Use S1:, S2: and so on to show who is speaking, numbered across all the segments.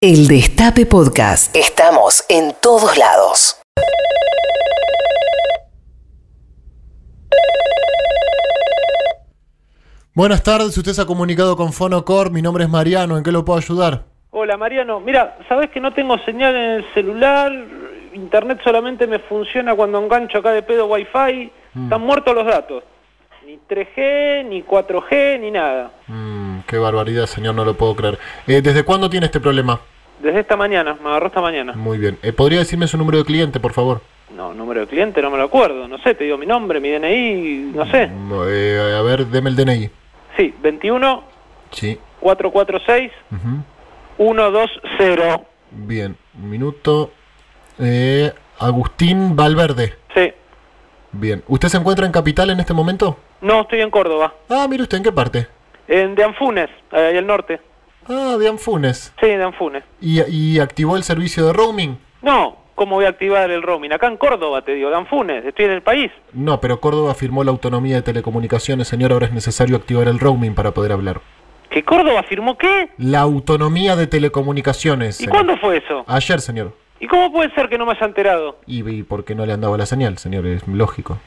S1: El Destape Podcast. Estamos en todos lados.
S2: Buenas tardes, usted se ha comunicado con Fonocor, mi nombre es Mariano, ¿en qué lo puedo ayudar?
S3: Hola Mariano, mira, sabes que no tengo señal en el celular, internet solamente me funciona cuando engancho acá de pedo wifi, están muertos los datos. Ni 3G, ni 4G, ni nada.
S2: Mm, qué barbaridad, señor, no lo puedo creer. Eh, ¿Desde cuándo tiene este problema?
S3: Desde esta mañana, me agarró esta mañana.
S2: Muy bien. Eh, ¿Podría decirme su número de cliente, por favor?
S3: No, número de cliente no me lo acuerdo, no sé, te digo mi nombre, mi DNI, no sé.
S2: No, eh, a ver, deme el DNI.
S3: Sí, 21
S2: Sí.
S3: 446
S2: ujú.
S3: 120.
S2: Bien, un minuto. Eh, Agustín Valverde.
S3: Sí.
S2: Bien. ¿Usted se encuentra en Capital en este momento?
S3: No, estoy en Córdoba,
S2: Ah, mire usted, ¿en qué parte?
S3: en de Anfunes, ahí al norte.
S2: Ah, de Anfunes.
S3: Sí, de Anfunes.
S2: ¿Y, ¿Y activó el servicio de roaming?
S3: No, ¿cómo voy a activar el roaming? Acá en Córdoba, te digo, Dan Funes, estoy en el país.
S2: No, pero Córdoba firmó la autonomía de telecomunicaciones, señor. Ahora es necesario activar el roaming para poder hablar.
S3: ¿Que Córdoba firmó qué?
S2: La autonomía de telecomunicaciones.
S3: ¿Y
S2: señor.
S3: cuándo fue eso?
S2: Ayer, señor.
S3: ¿Y cómo puede ser que no me haya enterado?
S2: Y, y por qué no le han dado la señal, señor, es lógico.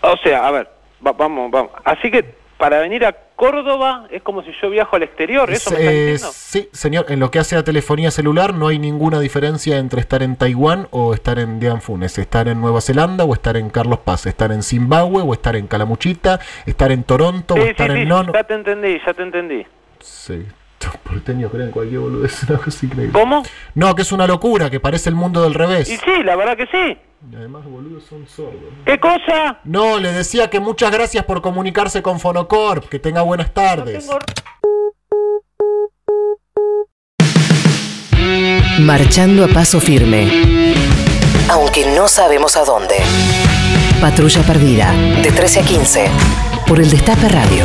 S3: O sea, a ver, va- vamos, vamos. Así que para venir a Córdoba es como si yo viajo al exterior, ¿eso me estás
S2: Eh,
S3: diciendo?
S2: sí, señor, en lo que hace a telefonía celular no hay ninguna diferencia entre estar en Taiwán o estar en Dianfunes, estar en Nueva Zelanda o estar en Carlos Paz, estar en Zimbabue o estar en Calamuchita, estar en Toronto o
S3: Sí, sí,
S2: estar en
S3: sí,
S2: Nono.
S3: ya te entendí, ya te entendí.
S2: Sí, estos porteños creen cualquier boludez, una cosa increíble.
S3: ¿Cómo?
S2: No, que es una locura, que parece el mundo del revés.
S3: Y sí, la verdad que sí.
S2: Y además, boludos son sordos.
S3: ¿Qué cosa?
S2: No, le decía que muchas gracias por comunicarse con Fonocorp, que tenga buenas tardes.
S3: Tengo-
S1: Marchando a paso firme. Aunque no sabemos a dónde. Patrulla perdida. De 13 a 15. Por el Destape Radio.